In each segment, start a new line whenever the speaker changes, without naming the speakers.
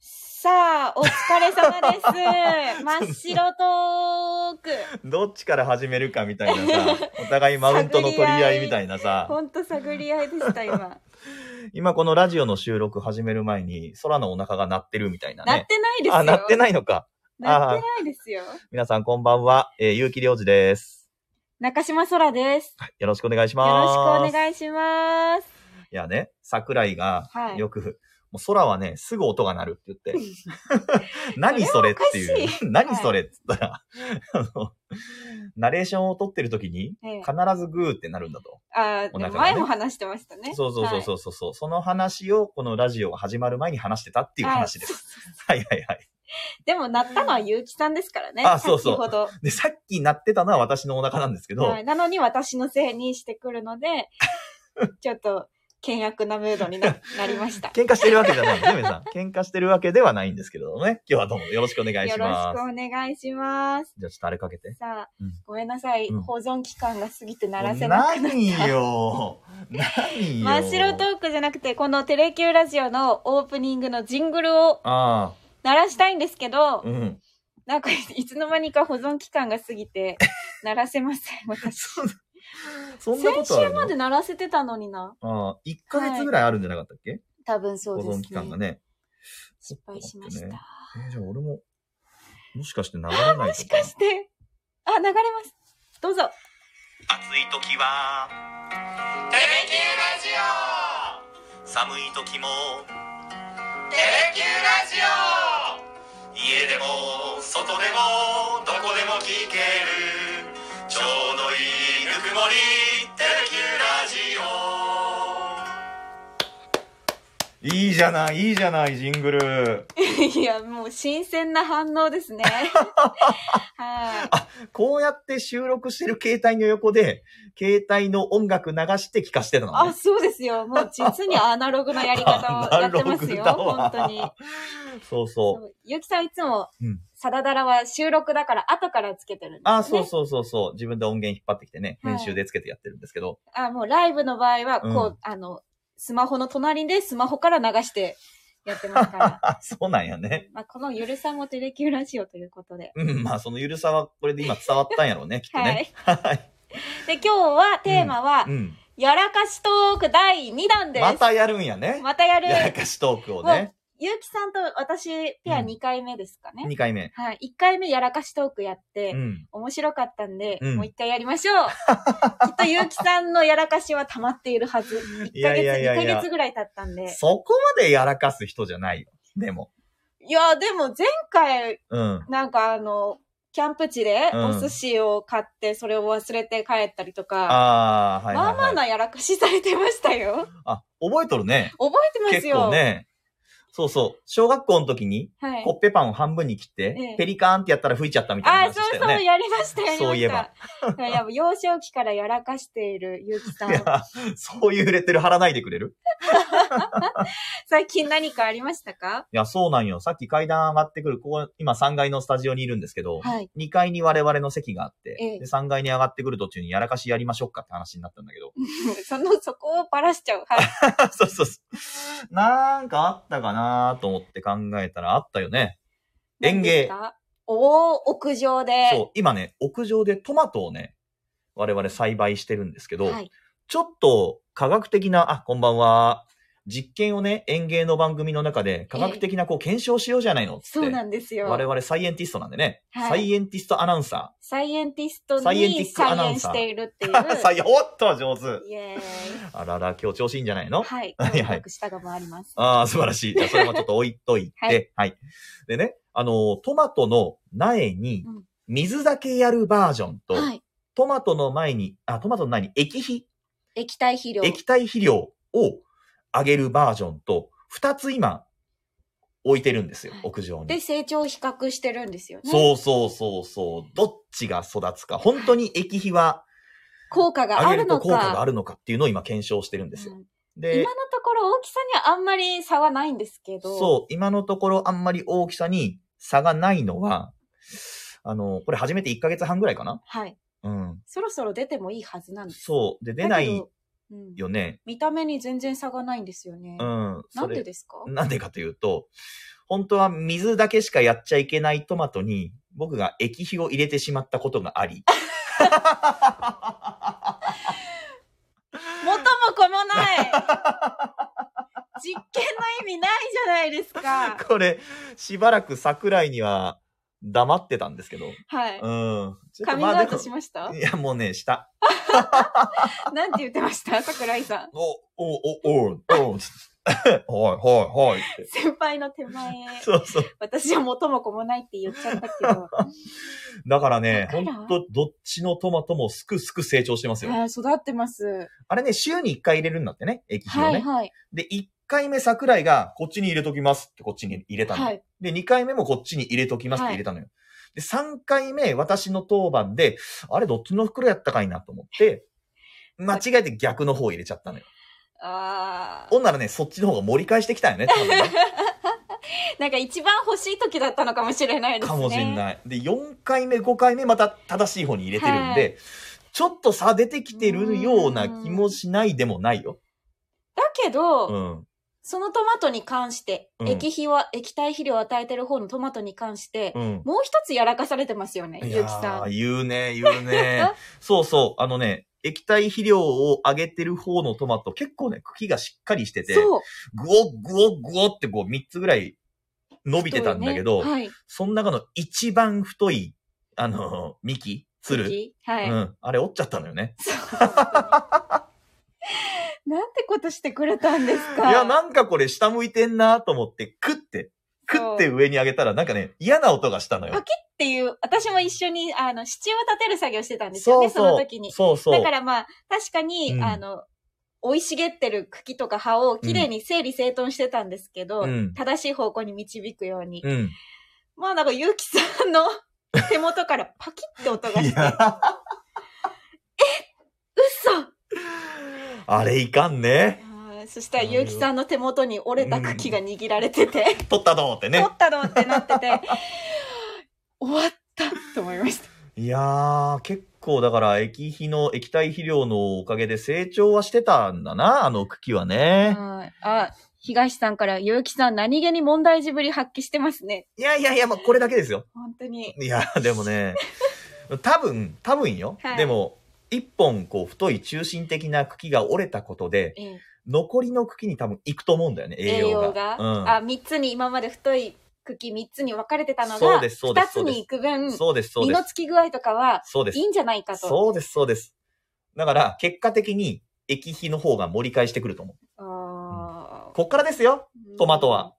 さあ、お疲れ様 です。真っ白トーク。
どっちから始めるかみた いなさ、お互いマウントの取り合いみたいな
ほ
さ、
んと探り合いでした、 今。
今このラジオの収録始める前に、空のお腹が鳴ってるみたいな
なっ
ね。
てないですよ。
あ、鳴って
い。
ないのか。
なってないですよ。
皆さんこんばんは、えー、結城良二です。
中島空です。よ
よろしくお願いし
ろ
ます。
しくお願いします。
いやね、桜井が
はい
よく、もう空はね、すぐ音が鳴るって言って。 何それっていう。 何それって言ったら、あの、ナレーションを撮ってる時に、
ええ
必ずグーってなるんだと。
あ
お腹がね
前も話してましたね。
そうそうそう
う。
そうそうそう、その話をこのラジオが始まる前に話してたっていう話です。 はいはいはい。
でも、なったのは結城さんですからね。
あそうそ
先
う
ほど。
で、さっき鳴ってたのは私のお腹なんですけど、
はい、なのに私のせいにしてくるの で、ちょっと、険悪なムードにななりました。
喧嘩してるわけじゃないんですね、皆さん。喧嘩してるわけではないんですけれどもね。今日はどうもよろしくお願い
よ
し
ろし
ま
く
す。
お願いします。
じゃあちょっとあれかけて。
さあ、
うん
ごめんなさい、
うん
保存期間が過ぎて鳴らせなくなっ
何
た。
よ何よ
真っ白トークじゃなくて、このテレキューラジオのオープニングのジングルを
あ
鳴らしたいんですけど、
あ、うん。
なんかいつの間にか保存期間が過ぎて、鳴らせません、私。
そんな、 そんなこ
先
とあ
週
るの
まで鳴らせてたのにな。
ああ、1ヶ月ぐらいあるんじゃなかったっけ、
多分そうです、ね。
保存期間がね。
失敗しまし
ちょっと待ってね
た。
えーじゃあ俺も、もしかして流れないとか
もしかして、あ、流れます。どうぞ。
暑い時はテレキューラジオ寒い時もテレキューラジオ家でも外でもどこでも聞けるちょうどいいぬくもりテレキューラジオいいじゃないいいじゃないジングル
いや、もう新鮮な反応です ね。はい。
こうやって収録してる携帯の横で携帯の音楽流して聞かしてたのね
あ、そうですよ。もう実にアナログなやり方をやってますよ。
アナログだ
本
わ
当に。
そうそう。
そうゆきさんいつも
うん、
サダダラは収録だから後からつけてるんです、ね。
あ、そうそうそうそう。自分で音源引っ張ってきてね、
はい
編集でつけてやってるんですけど。
あ、もうライブの場合は、こう、
うん
あの、スマホの隣でスマホから流してやってますから。
あ、そうなんや ね。
まあ、このゆるさもテレキューラジオということで。
うん、まあそのゆるさはこれで今伝わったんやろうね、きっと
はい
ね。。はい。
で、今日はテーマは、
うん。
やらかしトーク第2弾です。
またやるんやね。
またやる。
やらかしトークをね。
ゆうきさんと私、ペア
うん
2回目ですかね。
2回目。
はい。1回目やらかしトークやって、
うん。
面白かったんで、
うん
もう1回やりましょう。きっとゆうきさんのやらかしは溜まっているはず。1ヶ月、
いやいやいやい
2
や
ヶ月ぐらい経ったんで。
そこまでやらかす人じゃないよ。でも。
いや、でも前回、
うん。
なんかあの、キャンプ地で
うん
お寿司を買って、それを忘れて帰ったりとか、
ああ、はいはい、
ま
は
あ
い。
まあなやらかしされてましたよ。
あ、覚えとるね。
覚えてます
結
よ。
構ね。そうそう。小学校の時に、
はい
コッ。ペパンを半分に切っ
ええ
て、ペリカーンってやったら吹いちゃったみたいな
あ
話
あ、
し
そうそ
たよ
う、
ね。
やりました、やりました。
そういえば
いや。幼少期からやらかしているゆうきさん
い。や、そういうレッテル貼らないでくれる
最近何かありましたか
いや、そうなんよ。さっき階段上がってくる、ここ、今3階のスタジオにいるんですけど、
はい。
2階に我々の席があって、
ええ
で3階に上がってくる途中にやらかしやりましょうかって話になったんだけど。
その、そこをばらしちゃう。はい。
そうそうそう。なんかあったかなと思って考えたらあったよね。 園
何です
芸。
か。おお、屋上で。
そう、今ね、屋上でトマトをね、我々栽培してるんですけど、
はい。
ちょっと科学的な、あ、こんばんは。実験をね、園芸の番組の中で科学的なこう検証しようじゃないのっつって。
そうなんですよ。
我々サイエンティストなんでね、
はい
サイエンティストアナウンサ
サイエンティスト
サイエン
に
ティックアナ
再
ウ
現
ンサ
し
ー
ているっていう。
ー。 サイエン、おっと、上手。
イエーイ。
あらら、今日調子いいんじゃないの、
はい。
はい
協力したが回ります。
ああ、素晴らしい。じゃあ、それはちょっと置いといて、
は
はい、でね、あのー、トマトの苗に
うん、
水だけやるバージョンと、
はい。
トマトの前に、あ、トマトの前に液肥、
液体肥料。
液体肥料をあげるバージョンと、二つ今、置いてるんですよ
はい、
屋上に。
で、成長を比較してるんですよね。
そうそうそうそう。どっちが育つか。本当に液肥は
効果が
上
あ
げ
る
る
の
と
か。
効果があるのかっていうのを今検証してるんですよ。
うん
で
今の、ところ大きさにはあんまり差はないんですけど。
そう、今のところあんまり大きさに差がないのは、あの、これ始めて1ヶ月半ぐらいかな
はい。
うん。
そろそろ出てもいいはずなんです。
そう。で、出
だ
な
け
い
どうん
よね。
見た目に全然差がないんですよね。
うん。
な
そ
んで
れ
ですか
なんでかというと、本当は水だけしかやっちゃいけないトマトに、僕が液肥を入れてしまったことがあり。
元も子もない実験の意味ないじゃないですか。
これ、しばらく桜井には黙ってたんですけど。
はい。
うん。ちょっ
カ
と
ミン
ま
グア
あ
ウ
で
ト
も
しました
いや、もうね、した。
なんて言ってました 桜井さん。
お、お、お、お、お、はい、はい、はい。
先輩の手前へ。
そうそう。
私は元も子もないって言っちゃったけ ど。
だからね、
だ
ほ
から
んと、どっちのトマトもすくすく成長してますよ。
あー育ってます。
あれね、週に1回入れるんだってね、液肥を
はい
ね。
はい。
で、1回目桜井が、こっちに入れときますってこっちに入れたの。
はい。
で、2回目もこっちに入れときますって入れたのよ。で、3回目、私の当番で、あれ、どっちの袋やったかいなと思って、間違えて逆の方入れちゃったのよ。
ああ。
ほんならね、そっちの方が盛り返してきたよね、多分ね
なんか一番欲しい時だったのかもしれないですね。
かもしん
い。
ない。で、4回目、5回目、また正しい方に入れてるん
は
で、ちょっと差出てきてるような気もしないでもないよ。
だけど、
うん。
そのトマトに関して、
うん
液肥は、液体肥料を与えてる方のトマトに関して、
うん。
もう一つやらかされてますよね、
い
ゆ
や
うきさ
ー、
ん。
言うね、言う ね。そうそう、あのね、液体肥料を上げてる方のトマト、結構ね、茎がしっかりしてて、
そう。
ぐおぐおぐおってこう3つぐらい伸びてたんだけど、
太いねはい。
その中の一番太い、あの、幹、つる、
敵はい。
うん、あれ折っちゃったのよね。
なんてことしてくれたんです
い
か
や、なんかこれ下向いてんなと思って、くって、く
そう
って上に上げたら、なんかね、嫌な音がしたのよ
パ。っていう、私も一緒に、あの、支柱を立てる作業してたんですよ
そ
ね、
う
そ
そ
の
う
時。に。
そうそう。
だからまあ、確かに、
うん
あの、生い茂ってる茎とか葉をきれいに整理整頓してたんですけど、
うん
正しい方向に導くように。
うん。
まあなんか、ゆうきさ んの手元からパキッて音が
い
して、
や、
嘘
あれいかんね。
あーそしたら、ゆうきさんの手元に折れた茎が握られてて、
取ったぞってね
取。ったのってなって て、終わったと思いました。
いやー、結構だから液肥の、液体肥料のおかげで成長はしてたんだな、あの茎はね。
はいあ、東さんから、ゆうきさん何気に問題児ぶり発揮してますね。
いやいやいや、まあ、これだけですよ。
本当に。
いや、で もね、多分、多分よ。
はい
でも、一本こう太い中心的な茎が折れたことで、
ええ
残りの茎に多分行くと思うんだよね、栄
栄
養が。
養が。
うん、
あ、3つに、今まで太い茎3つに分かれてたの
そう
が、
ですそうです
2つに行く分、
そうです、そう
身
で
の
す。
付き具合とかは、
そうで
い
す。
いんじゃないかと。
そうです、そうです。だから、結果的に、液肥の方が盛り返してくると思う。
あー
こっからですよ。トマトは。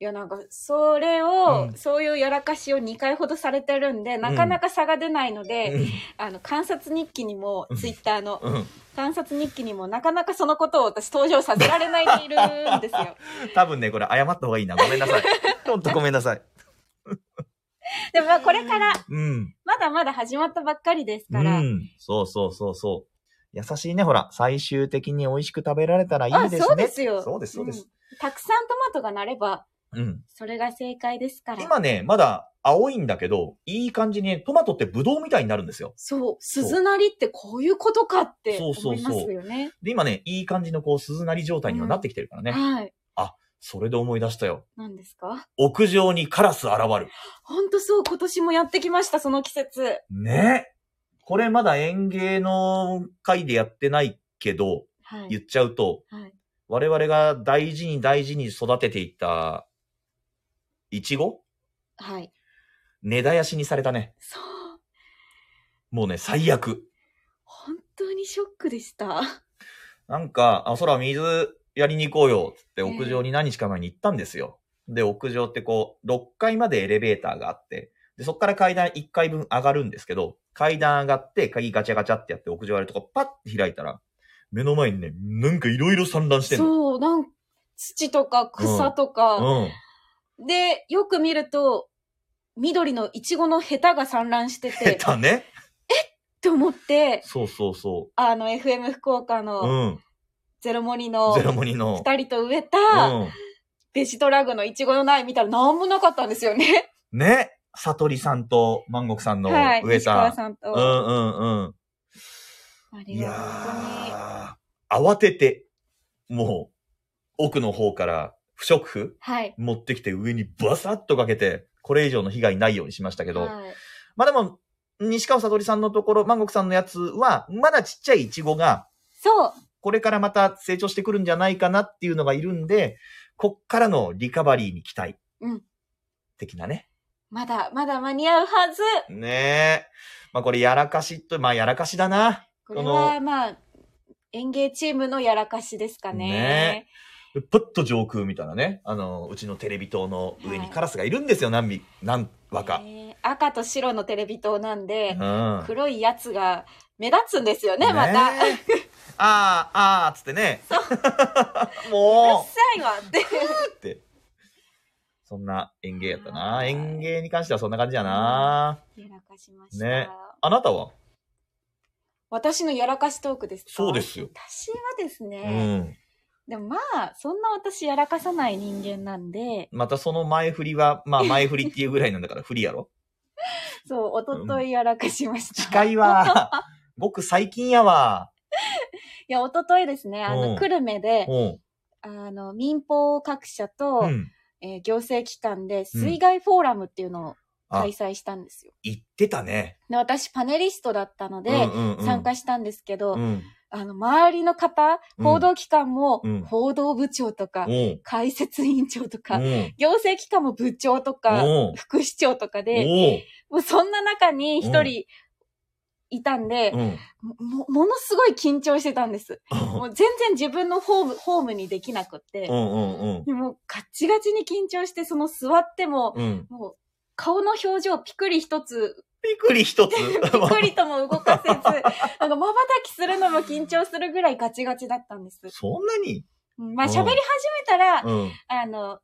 いや、なんか、それを、
うん
そういうやらかしを2回ほどされてるんで、なかなか差が出ないので、あの、観察日記にも
う、ん
ツイッターの、
うん。
観察日記にも、なかなかそのことを私登場させられないでいるんです よ。
多分ね、これ謝った方がいいな。ごめん なさい。ほんとごめんなさい。
でも、まあこれから、
うん。
まだまだ始まったばっかりです
う
から、
ん。そうそうそうそう。優しいね、ほら。最終的に美味しく食べられたらいいですね。
あそうですよ
そうです、そうです。
うんたくさんトマトがなれば、
うん。
それが正解ですから。
今ね、まだ青いんだけど、いい感じにね、トマトってブドウみたいになるんですよ。
そう、鈴なりってこういうことかって
そうそ
思
う
い
そ
ま
う
すよね。
で、今ね、いい感じのこう、鈴なり状態にはなってきてるからね。
はい。
それで思い出したよ。
何ですか
屋上にカラス現る。
ほんとそう、今年もやってきました、その季節。
ね。これまだ園芸の会でやってないけど、
は
言
い。
っちゃうと、
はい、
我々が大事に大事に育てていった、いちご
はい。
根絶やしにされたね。
そう、
もうね、最悪。
本当にショックでした。
なんか、あ、そら水やりに行こうよ、つって
ええ
屋上に何日か前に行ったんですよ。で、屋上ってこう、6階までエレベーターがあって、で、そっから階段1階分上がるんですけど、階段上がって、鍵ガチャガチャってやって屋上あるとこパッて開いたら、目の前にね、なんかいろいろ散乱してんの。
そう、なん土とか草とか、
うん。
で、よく見ると、緑のイチゴのヘタが散乱してて、
下手ね。
って思って、
そうそうそ
あの、FM 福岡
う。う
の
ん。
ゼロモニの
ゼロモニの。
二人と植え
う
た、
ん。
ベジトラグのイチゴの苗見たら何もなかったんですよね。
ね。悟りさんと万国さ んの
はい。
上
西川
さ
さん
ん。
と。
うんうんうん。
あ
い
れは本
や慌てて、もう、奥の方から不織布
はい。
持ってきて上にバサッとかけて、これ以上の被害ないようにしましたけど、
はい。
まあでも、西川さとりさんのところ、万国さんのやつは、まだちっちゃいイチゴが、
そう。
これからまた成長してくるんじゃないかなっていうのがいるんで、こっからのリカバリーに期待。
うん
的なね。
まだ、まだ間に合うはず。
ねえ。まあこれやらかしと、まあやらかしだな。
これ
こ
は、まあ、園芸チームのやらかしですかね。
ねパッと上空見たらね、あの、うちのテレビ塔の上にカラスがいるんですよ、何み、何羽か。
ね赤と白のテレビ塔なん
う
で、
ん。
黒いやつが目立つんですよね、また。うっ
えああ、ああ、つってね。も う。
さいわって。
って。そんな園芸やったな。園芸に関してはそんな感じやな。
やらかしました。
ねあなたは
私のやらかしトークですか
そうで。すよ。
私はです
う
ね、
ん。
でもまあ、そんな私やらかさない人間なんで、
またその前振りは、まあ前振りっていうぐらいなんだから振りやろ。
そう、おとといやらかしました。
近いわ。 ごく最近やわ。
いや、おとといですね、あ
うん
の、久留米で、
うん。
あの、民放各社と、
うん。
えー行政機関で水害フォーラムっていうのを
あ
開、催したんですよ。
言ってたね。
で、私パネリストだったの
うん
で、
うんうん、
参加
し
したんですけ
た
ど、
うん。
あの、周りの方、報道機関も
うん、
報道部長とか、
うん。
解説委員長とか、
うん。
行政機関も部長とか、
うん
副市長とかで、
お
もうそんな中に一
うん
人いたんで、
お。うん。
もものすごい緊張してたんです。 もう全然自分のホーム、ホームにできなくって
う、んうんうん。
でもうガッチガチに緊張して、その座っても、
うん。
もう顔の表情ピクリ一 つ、
ピクリ一つ。
ピクリとも動かせず、なんか瞬きするのも緊張するぐらいガチガチだったんです。
そんなに
うんまあ
うん
喋り始めたら、
うん。
あの、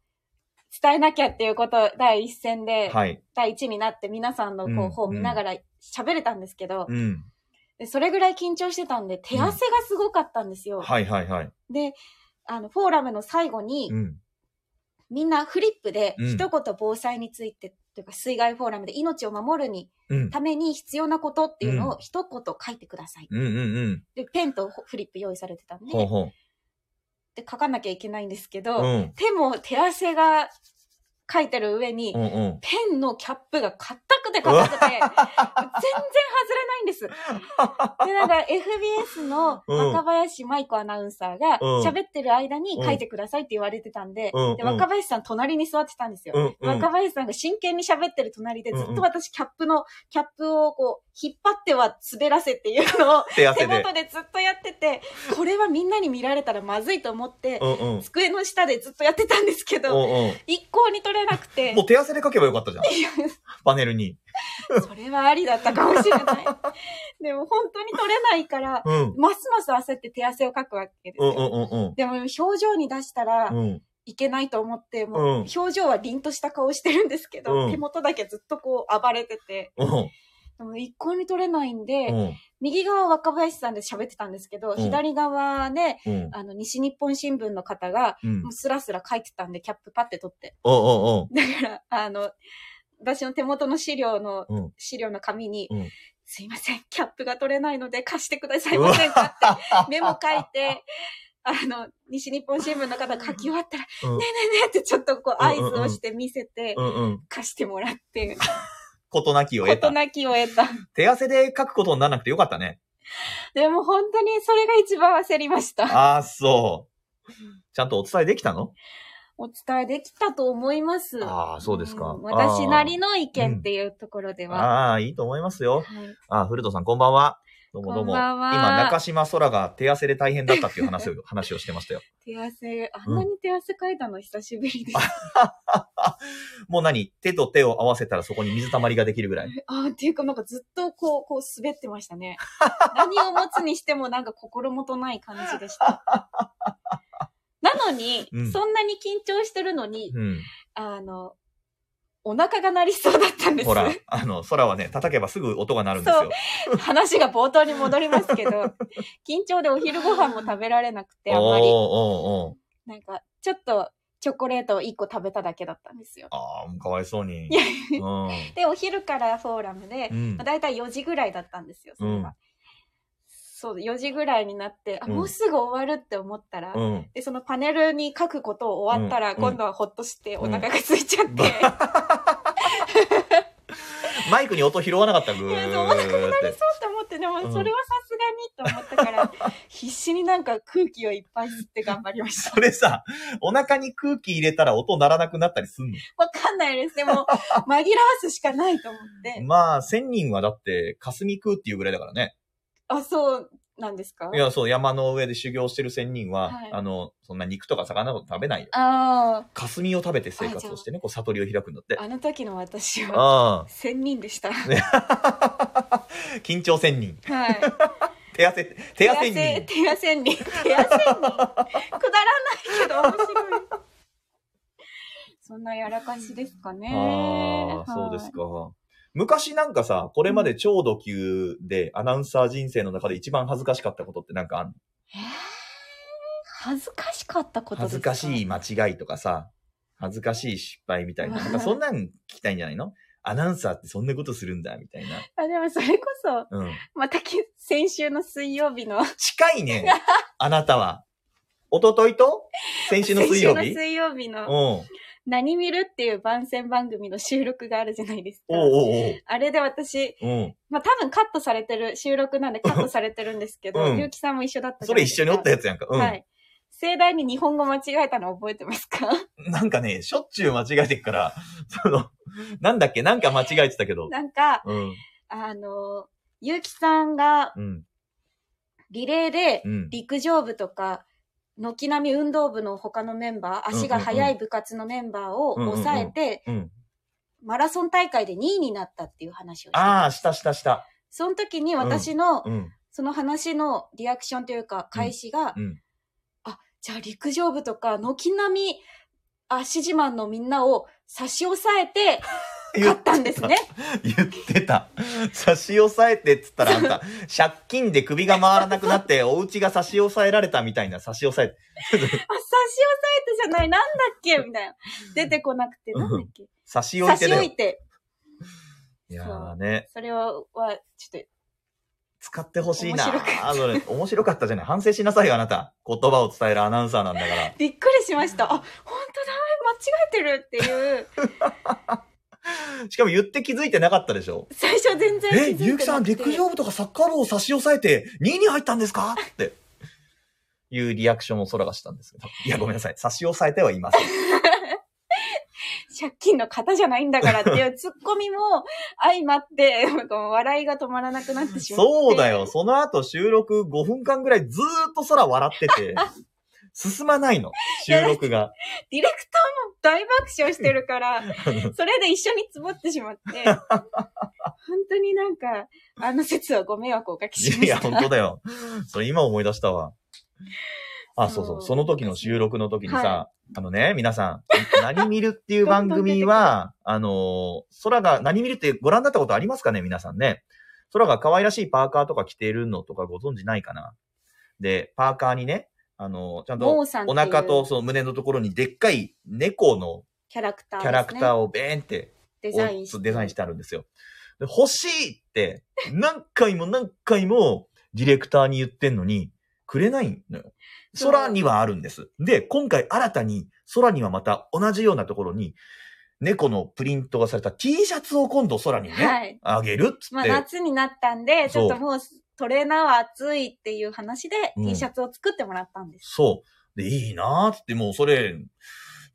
伝えなきゃっていうこと、第一線で、
はい。
第一になって皆さんの
う
こ
ん
う、方を見ながら喋れたんですけど、
うん。
でそれぐらい緊張してたんで、手汗がすごかったんですよ。
はいはいはい。
で、あの、フォーラムの最後に、
うん。
みんなフリップで、
うん
一言防災について、というか、水害フォーラムで命を守るに、
うん。
ために必要なことっていうの
う
を一言書いてください。
うんうんうん。
で、ペンとフリップ用意されてたんで、
ほうほ
で書かなきゃいけないんですけ
う。
ど、
うん。
手も手汗が書いてる上に、
うんうん。
ペンのキャップが硬くて硬 くて、全然外れないんです。で、なんか FBS の若林舞子アナウンサーが
うん
喋ってる間に
うん
書いてくださいって言われてたんで、
うん
で
うん
若林さん隣に座ってたんですよ。
うんうん。
若林さんが真剣に喋ってる隣でず
う
っ
んうん
と私キャップの、キャップをこう、引っ張っては滑らせっていうのを
手汗
手
で。
元でずっとやってて、これはみんなに見られたらまずいと思って
う、んうん。
机の下でずっとやってたんですけど、
うんうん。
一向に取れなくて
も、う手汗で書けばよかったじゃん。パネルに。
それはありだったかもしれ ない。 でも本当に取れないから、
うん。
ますます焦って手汗をかくわけです
うんう
よ。
んうん
でも表情に出したら
うん。うん。
いけないと思って、もう
うん
表情は凛とした顔してるんですけど、
うん
手元だけずっとこう暴れてて、
うん。
でも一向に取れないん
う
で、
ん。
右側は若林さんで喋ってたんですけど、
ん
左側ね、
うん。
あの、西日本新聞の方が、
うん
もう。スラスラ書いてたんで、キャップパって取って。
おうおうおう。
だから、あの、私の手元の資料の、
うん
資料の紙に、
うん
すいません、キャップが取れないので貸してくださいませんかってメモ書いて、あの、西日本新聞の方書き終わったら、ね
うん
えねえねえってちょっとこう
うん
合
うんうん
図をして見せて、
うんうん。
貸してもらって、
ことなきを得
事
た。
なきを得た。
手汗で書くことにならなくてよかったね。
でも本当にそれが一番焦りました。
ああ、そう。ちゃんとお伝えできたの
お伝えできたと思います。
ああ、そうですか。
ん私なりの意見っていうところで
あー
は。
あー、いいと思います
は
よ。
い
ああ、古田さん、こんばんは。どうもどうも。
こんばんは
今、中島空が手汗で大変だったっていう話を、 話をしてましたよ。
手汗、あんなに手汗かいたの久しぶりです。
もう何手と手を合わせたらそこに水たまりができ るぐらい。
あーっていうかなんかずっとこう、こう滑ってましたね。 何を持つにしてもなんか心もとない感じで した。なのに、
うん
そんなに緊張してるのに、
うん。
あの、お腹が鳴りそうだったんです。
ほら、あの、空はね、叩けばすぐ音が鳴るんです よ。
話が冒頭に戻りますけど、緊張でお昼ご飯も食べられなくて、あんま
おー
り、
おーおー
なんかちょっとチョコレートを1個食べただけだったんですよ。
ああ、もうかわいそうに。
いや
うん。
で、お昼からフォーラムで
う、ん
だいたい4時ぐらいだったんですよ、それが。
うん
そう、4時ぐらいになって、あ、
うん
もうすぐ終わるって思ったら、
うん。
で、そのパネルに書くことを終わったら、
うん
今度はほっとしてお腹が空いち ゃって、
マイクに音拾わなかった、ぐーって。
いや そうお腹が鳴りそうと思って、でも
うん
それはさすがにと思ったから、必死になんか空気をいっぱい吸って頑張りました。
それさ、お腹に空気入れたら音鳴らなくなったりすんの
わかんないです。で も、紛らわすしかないと思って。
まあ、1000人はだって、霞空っていうぐらいだからね。
あ、そうなんですか
いや、そう、山の上で修行してる1000人は、
はい
あの、そんな肉とか魚とか食べないよ。
あ
霞を食べて生活をしてね、こう悟りを開くんだって
あ、。あの時の私は、
ああ。
千人でした。はい。
緊張1000人。
手
手汗、手汗
汗
人。
手汗人。手汗人。くだらないけど面白い。そんなやらかしですかね。
ああ、そう
はい
ですか。昔なんかさ、これまで超度級でアナウンサー人生の中で一番恥ずかしかったことってなんかあんの
えー恥ずかしかったことで
恥
す
ずかしい
い。
間違いとかさ、恥ずかしい失敗みたいな。なんかそんなん聞きたいんじゃないの アナウンサーってそんなことするんだ、みたいな。
あ、でもそれこそ、
うん。
またき先週の水曜日の、
近いね。あなたは。おとといと先週の水曜
先
日
週の水曜日
うん。
の、
おう
何見るっていう番宣番組の収録があるじゃないですか。
おう
あれで私、
おう。うん。
まあ多分カットされてる、収録なんでカットされてるんですけど、
うん
ゆうきさんも一緒だったじ
そ
ゃな
れ
いですか
一緒におったやつやんか。うん。
はい。盛大に日本語間違えたの覚えてます か
なんかね、しょっちゅう間違えてっから、その、なんだっけ、なんか間違えてたけど。
なんか、
うん。
あの、ゆうきさんが
うん。
リレーで
うん。
陸上部とか、軒並み運動部の他のメンバー、足が速い部活のメンバーを抑えて、
うん。
マラソン大会で2位になったっていう話をして
あ
た。
あ、したしたした。
その時に私の、
うん。
その話のリアクションというか、開始が
う、ん。
あ、じゃあ陸上部とか、軒並み足自慢のみんなを差し押さえて、勝ったんですね。
言ってた。差し押さえてっつったらあんた、借金で首が回らなくなって、お家が差し押さえられたみたいな差し押さえ、
あ、差し押さえてじゃない、なんだっけみたいな。出てこなくて、なんだっけ
差し置
差
いて
し
だよ。
置
い
いて。
やーね、
それは、はちょっ
使ってほしいな
面白か
あそれ、面白かったじゃない。反省しなさいよ、あなた。言葉を伝えるアナウンサーなんだから
と、。びっくりしました。あ、本当だ、間違えてるって いう。
しかも言って気づいてなかったでしょ。
最初全然気づ
え
い、てなくて。
ゆうきさん、陸上部とかサッカー部を差し押さえて、2位に入ったんですかって。いうリアクションを空がしたんですけど。いや、ごめんなさい。差し押さえてはいません。
借金の方じゃないんだからっていうツッコミも相まって、なんかもう笑いが止まらなくなってしまって。
そうだよ。。その後収録5分間ぐらいずーっと空笑っ てて、進まないの。収録が。
ディレクターも大爆笑してる から、それで一緒につぼってしまって、本当になんか、あの説はご迷惑をおかけしました
いや、。本当だよ。それ今思い出したわ。あ、そうそう。
そう
その時の収録の時にさ、
は
あのね、皆さん、何見るっていう番組は、あのー空が、何見るってご覧になったことありますかね、皆さんね。空が可愛らしいパーカーとか着ているのとかご存知ないかな。で、パーカーにね、あのーちゃんと
モーさんってい
お
う
腹とその胸のところにでっかい猫の
キャラクター、
キャラクター
を
をベーンって
デ
お
ザインして。
デザインしてあるんですよ。で欲しいって、何回も何回もディレクターに言ってんのに、くれないのよ。
そう
空にはあるんです。で、今回新たに、空にはまた同じようなところに、猫のプリントがされた T シャツを今度空にね、
はい
あげるっつ
ま
っ
あ
て。
夏になったんで、ち
そう
ょっともうトレーナーは暑いっていう話で
うん
T シャツを作ってもらったんです。
そう。で、いいなーっつって、もうそれ、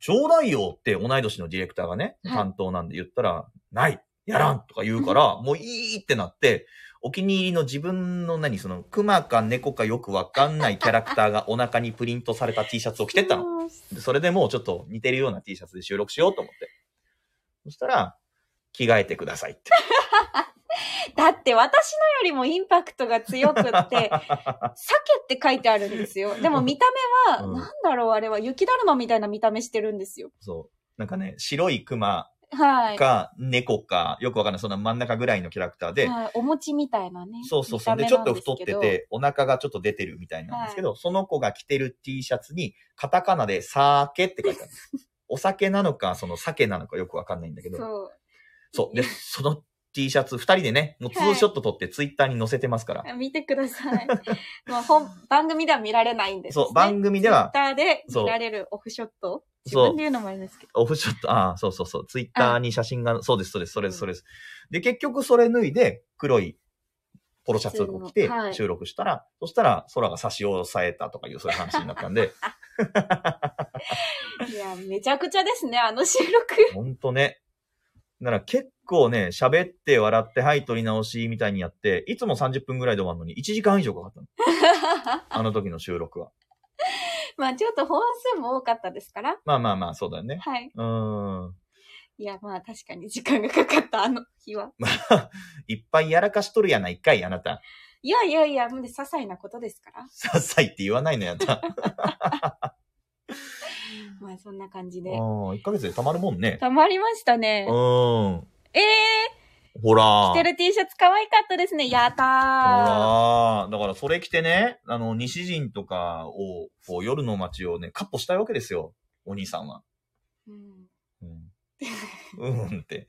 ちょうだいよって同い年のディレクターがね、
はい
担当なんで言ったら、ないやらんとか言 うから、もういいってなって、お気に入りの自分の何、その、熊か猫かよくわかんないキャラクターがお腹にプリントされた T シャツを着てった の。
うん
でそれでもうちょっと似てるような T シャツで収録しようと思って。そしたら、着替えてくださいって。
だって私のよりもインパクトが強 くって、鮭って書いてあるんですよ。でも見た目は、
うん
なんだろうあれは雪だるまみたいな見た目してるんですよ。
そう。なんかね、白い熊
はい。
か猫か、よくわかんない、そんな真ん中ぐらいのキャラクターで、
はい、お餅みたいなね。
そうそうそう。で、
見
ちょ
た
っ
目な
と
んす
太っ
け
て
ど。
て、お腹がちょっと出てるみたいなんですけど、その子が着てる T シャツに、カタカナで、酒って書いてあ る。お酒なのか、その酒なのかよくわかんないんだけど。
そう。
そう。で、その T シャツ、二人でね、もうツーショット撮ってツイッターに載せてますから。
見てください。 もう本、番組では見られないんです、ね。
そう、番組では
ツイッターで見られるオフショット自分で言うのもあれですけど。
オフショット、ああ、そうそうそう、ツイッターに写真が、そうです、そうです、それです、それです。で、結局それ脱いで、黒いポロシャツを着て
普通のはい
収録したら、そしたら空が差し押さえたとかいうそういう話になったんで、
いや、めちゃくちゃですね、あの収録。
ほんとね。だから結構ね、喋って笑って、はい、撮り直しみたいにやって、いつも30分ぐらいで終わるのに1時間以上か かったの。あの時の収録は。
まあちょっと本数も多かったですから。
まあまあまあ、そうだよね。
はい。
うーん。
いや、まあ確かに時間がかかった、あの日は。
いっぱいやらかしとるやないかい、あなた。
いやいやいや、もうね、些細なことですから。
さっさいって言わないのや った。
まあそんな感じ
う
で。
ん、1ヶ月で溜まるもんね。
たまりました
う
ね。
ーん。
ええ
ほら
ー、着てる T シャツ可愛かったですね。やったー。
ほらだからそれ着てね、あの、西陣とかを、こう、夜の街をね、カッポしたいわけですよ。お兄さんは。
うん
うん。うんって。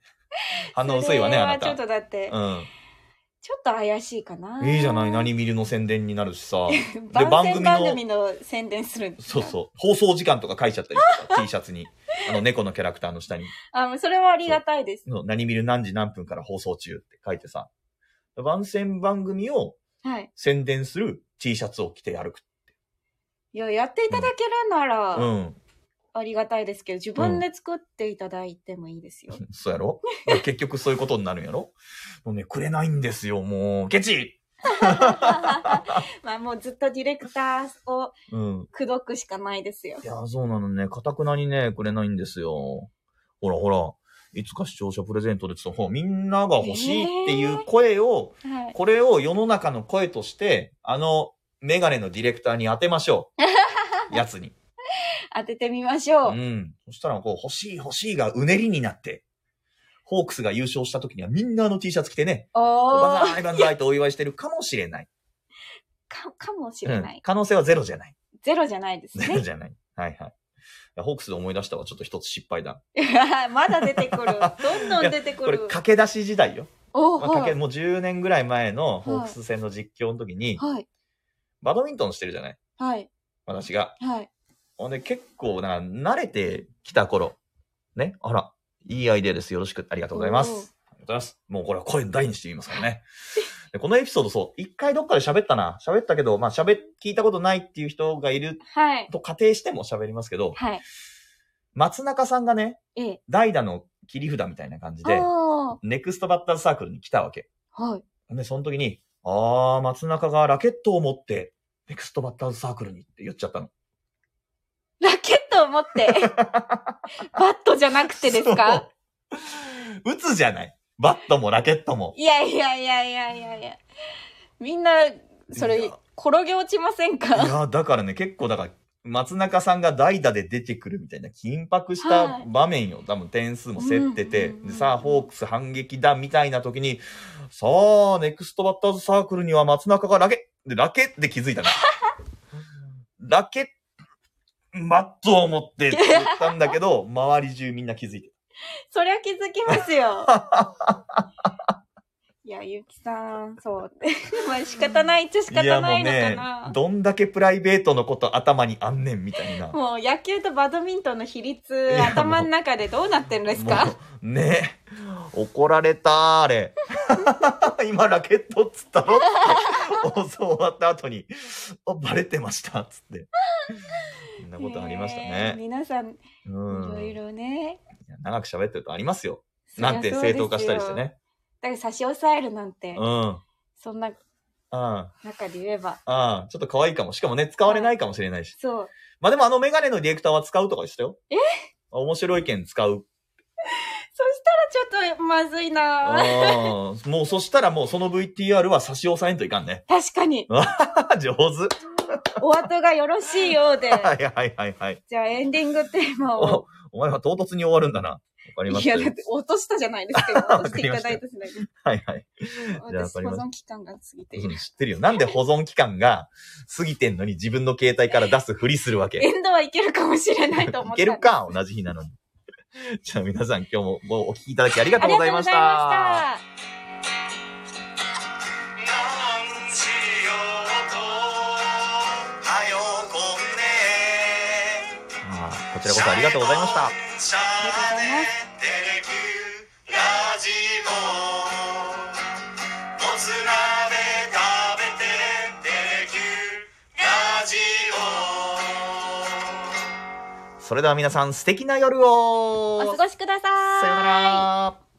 反応薄いわね、
それ
あ
は
な。
ちょったとだって、ちょっと怪しいかな
うん。。いいじゃない、何見るの宣伝になるしさ。
番
番組
組
の
番組の宣伝するんです
そうそう。放送時間とか書いちゃったりとか、T シャツに。あの、猫のキャラクターの下に。
う。あ、もうそれはありがたいです。
の何見る何時何分から放送中って書いてさ。番宣番組を
はい。
宣伝する T シャツを着て歩く。
いや、やっていただけるなら、
うん。
ありがたいですけど、自分で作っていただいてもいいですよ。
そうやろだから結局そういうことになるんやろもうね、くれないんですよ、もう。ケチ
まあもうずっとディレクターを
うん。
口説くしかないですよ
い。や、そうなのね。かたくなにね、くれないんですよ。ほらほら。いつか視聴者プレゼントでちょっとほら、みんなが欲しいっていう声を、
はい。
これを世の中の声として、あの、メガネのディレクターに当てましょ う。やつに。
当ててみましょう。
うん。そしたら、こう、欲しい欲しいがうねりになって、ホークスが優勝した時にはみんなあの T シャツ着てね、
おー
バンザイバンザイとお祝いしてるかもしれない。
か、かも し
う
れ
ん
ない。。
可能性はゼロじゃない。
ゼロじゃないです
ゼロ
ね。
じゃない。はいはいいや。ホークスで思い出したわ。ちょっと一つ失敗だ。
まだ出てくる。どんどん出て
こ
く
れ、
る。
駆け出し時代よ。
おー
まあ、駆
は
け
い。
もう10年ぐらい前のホー
は
ク
い
ス戦の実況の時に、
はい。
バドミントンしてるじゃない
はい。
私が。
はい。
ほんで、結構、なんか慣れてきた頃。ね。あら、いいアイデアです。よろしく。ありがとうございます。あ
おー
りがとうございます。もうこれは声大にして言いますからね。でこのエピソードそう、一回どっかで喋ったな。喋ったけど、まあ喋、聞いたことないっていう人がいる
はい。
と仮定しても喋りますけど、
はい。
松中さんがね、
ええ。
代打の切り札みたいな感じで、
おー
ネクストバッターズサークルに来たわけ。
はい。
で、その時に、あー、松中がラケットを持って、ネクストバッターズサークルにって言っちゃったの。
ラケットを持 って、バットじゃなくてですか
そう打 つじゃない。バットもラケットも。
いやいやいやいやいやいや。みんな、そ
い
れ
や、
転げ落ちません
い
か
や、だからね、結構だから、松中さんが代打で出てくるみたいな緊迫し
はい
た場面よ。多分点数も競ってて、
うんうんうんうん
でさあ、ホークス反撃だみたいな時に、さあ、ネクストバッターズサークルには松中がラケッ、で、ラケッで気づい たの。ラケッ、バットを持ってって言ったんだ けど、周り中みんな気づいて。
そりゃ気づきます よ。いや、ゆきさん、そう。 まあ仕方ないっちゃ仕
いや
方
も
な
う
いのか
ね
な。、
どんだけプライベートのこと頭にあんねんみたいな。
もう野球とバドミントンの比率
いや
頭の中でどうなってるんですか
もうね怒られたあれ 今ラケットっつったろって教わった後にあバレてましたっつってそんなことありました
え
ね、
皆さんい
うん
ろいろね、
いや長く喋ってるとありますよなんて
そりゃそうで
正
すよ
当化したりしてね
だから差し押さえるなんて、
うんうん
そんな
あ
中で言えば
あちょっと可愛いかもしかもね使われないかもしれないし、
そう
まあでもあのメガネのディレクターは使うとかでしたよえ面白い件使う。
そしたらちょっとまずいな
うんもうそしたらもうその VTR は差し押さえんといかんね。
確かに
上手。
お後がよろしいようで
はいはいはいはい。
じゃあエンディングテーマを
お、お前は唐突に終わるんだな。わかりま
い
し
や
た
だ
よ。
って落としたじゃないですけど
わ
落と
か
して
り
い
ま
た
した
だいたじゃないです
はいは
か
い。じゃあわ
私
か
保
りました
存期間が過ぎてい
うん
る、
知ってるよ。なんで保存期間が過ぎてんのに自分の携帯から出すふりするわけ。い
エンドはいけるかもしれないと思った
けるか同じ日なのに。 じゃあ皆さん今日もごお聞きいただきありが
あ
とう
りがと
ございう
ご
まし。
ざいましたた。
なんしようとはよこんね
あーこちらこそありがとうございました。
シャーレテレキューラジオもつ鍋食べてテレキューラジオ
それでは皆さん素敵な夜を
お過ごしください。
さよなら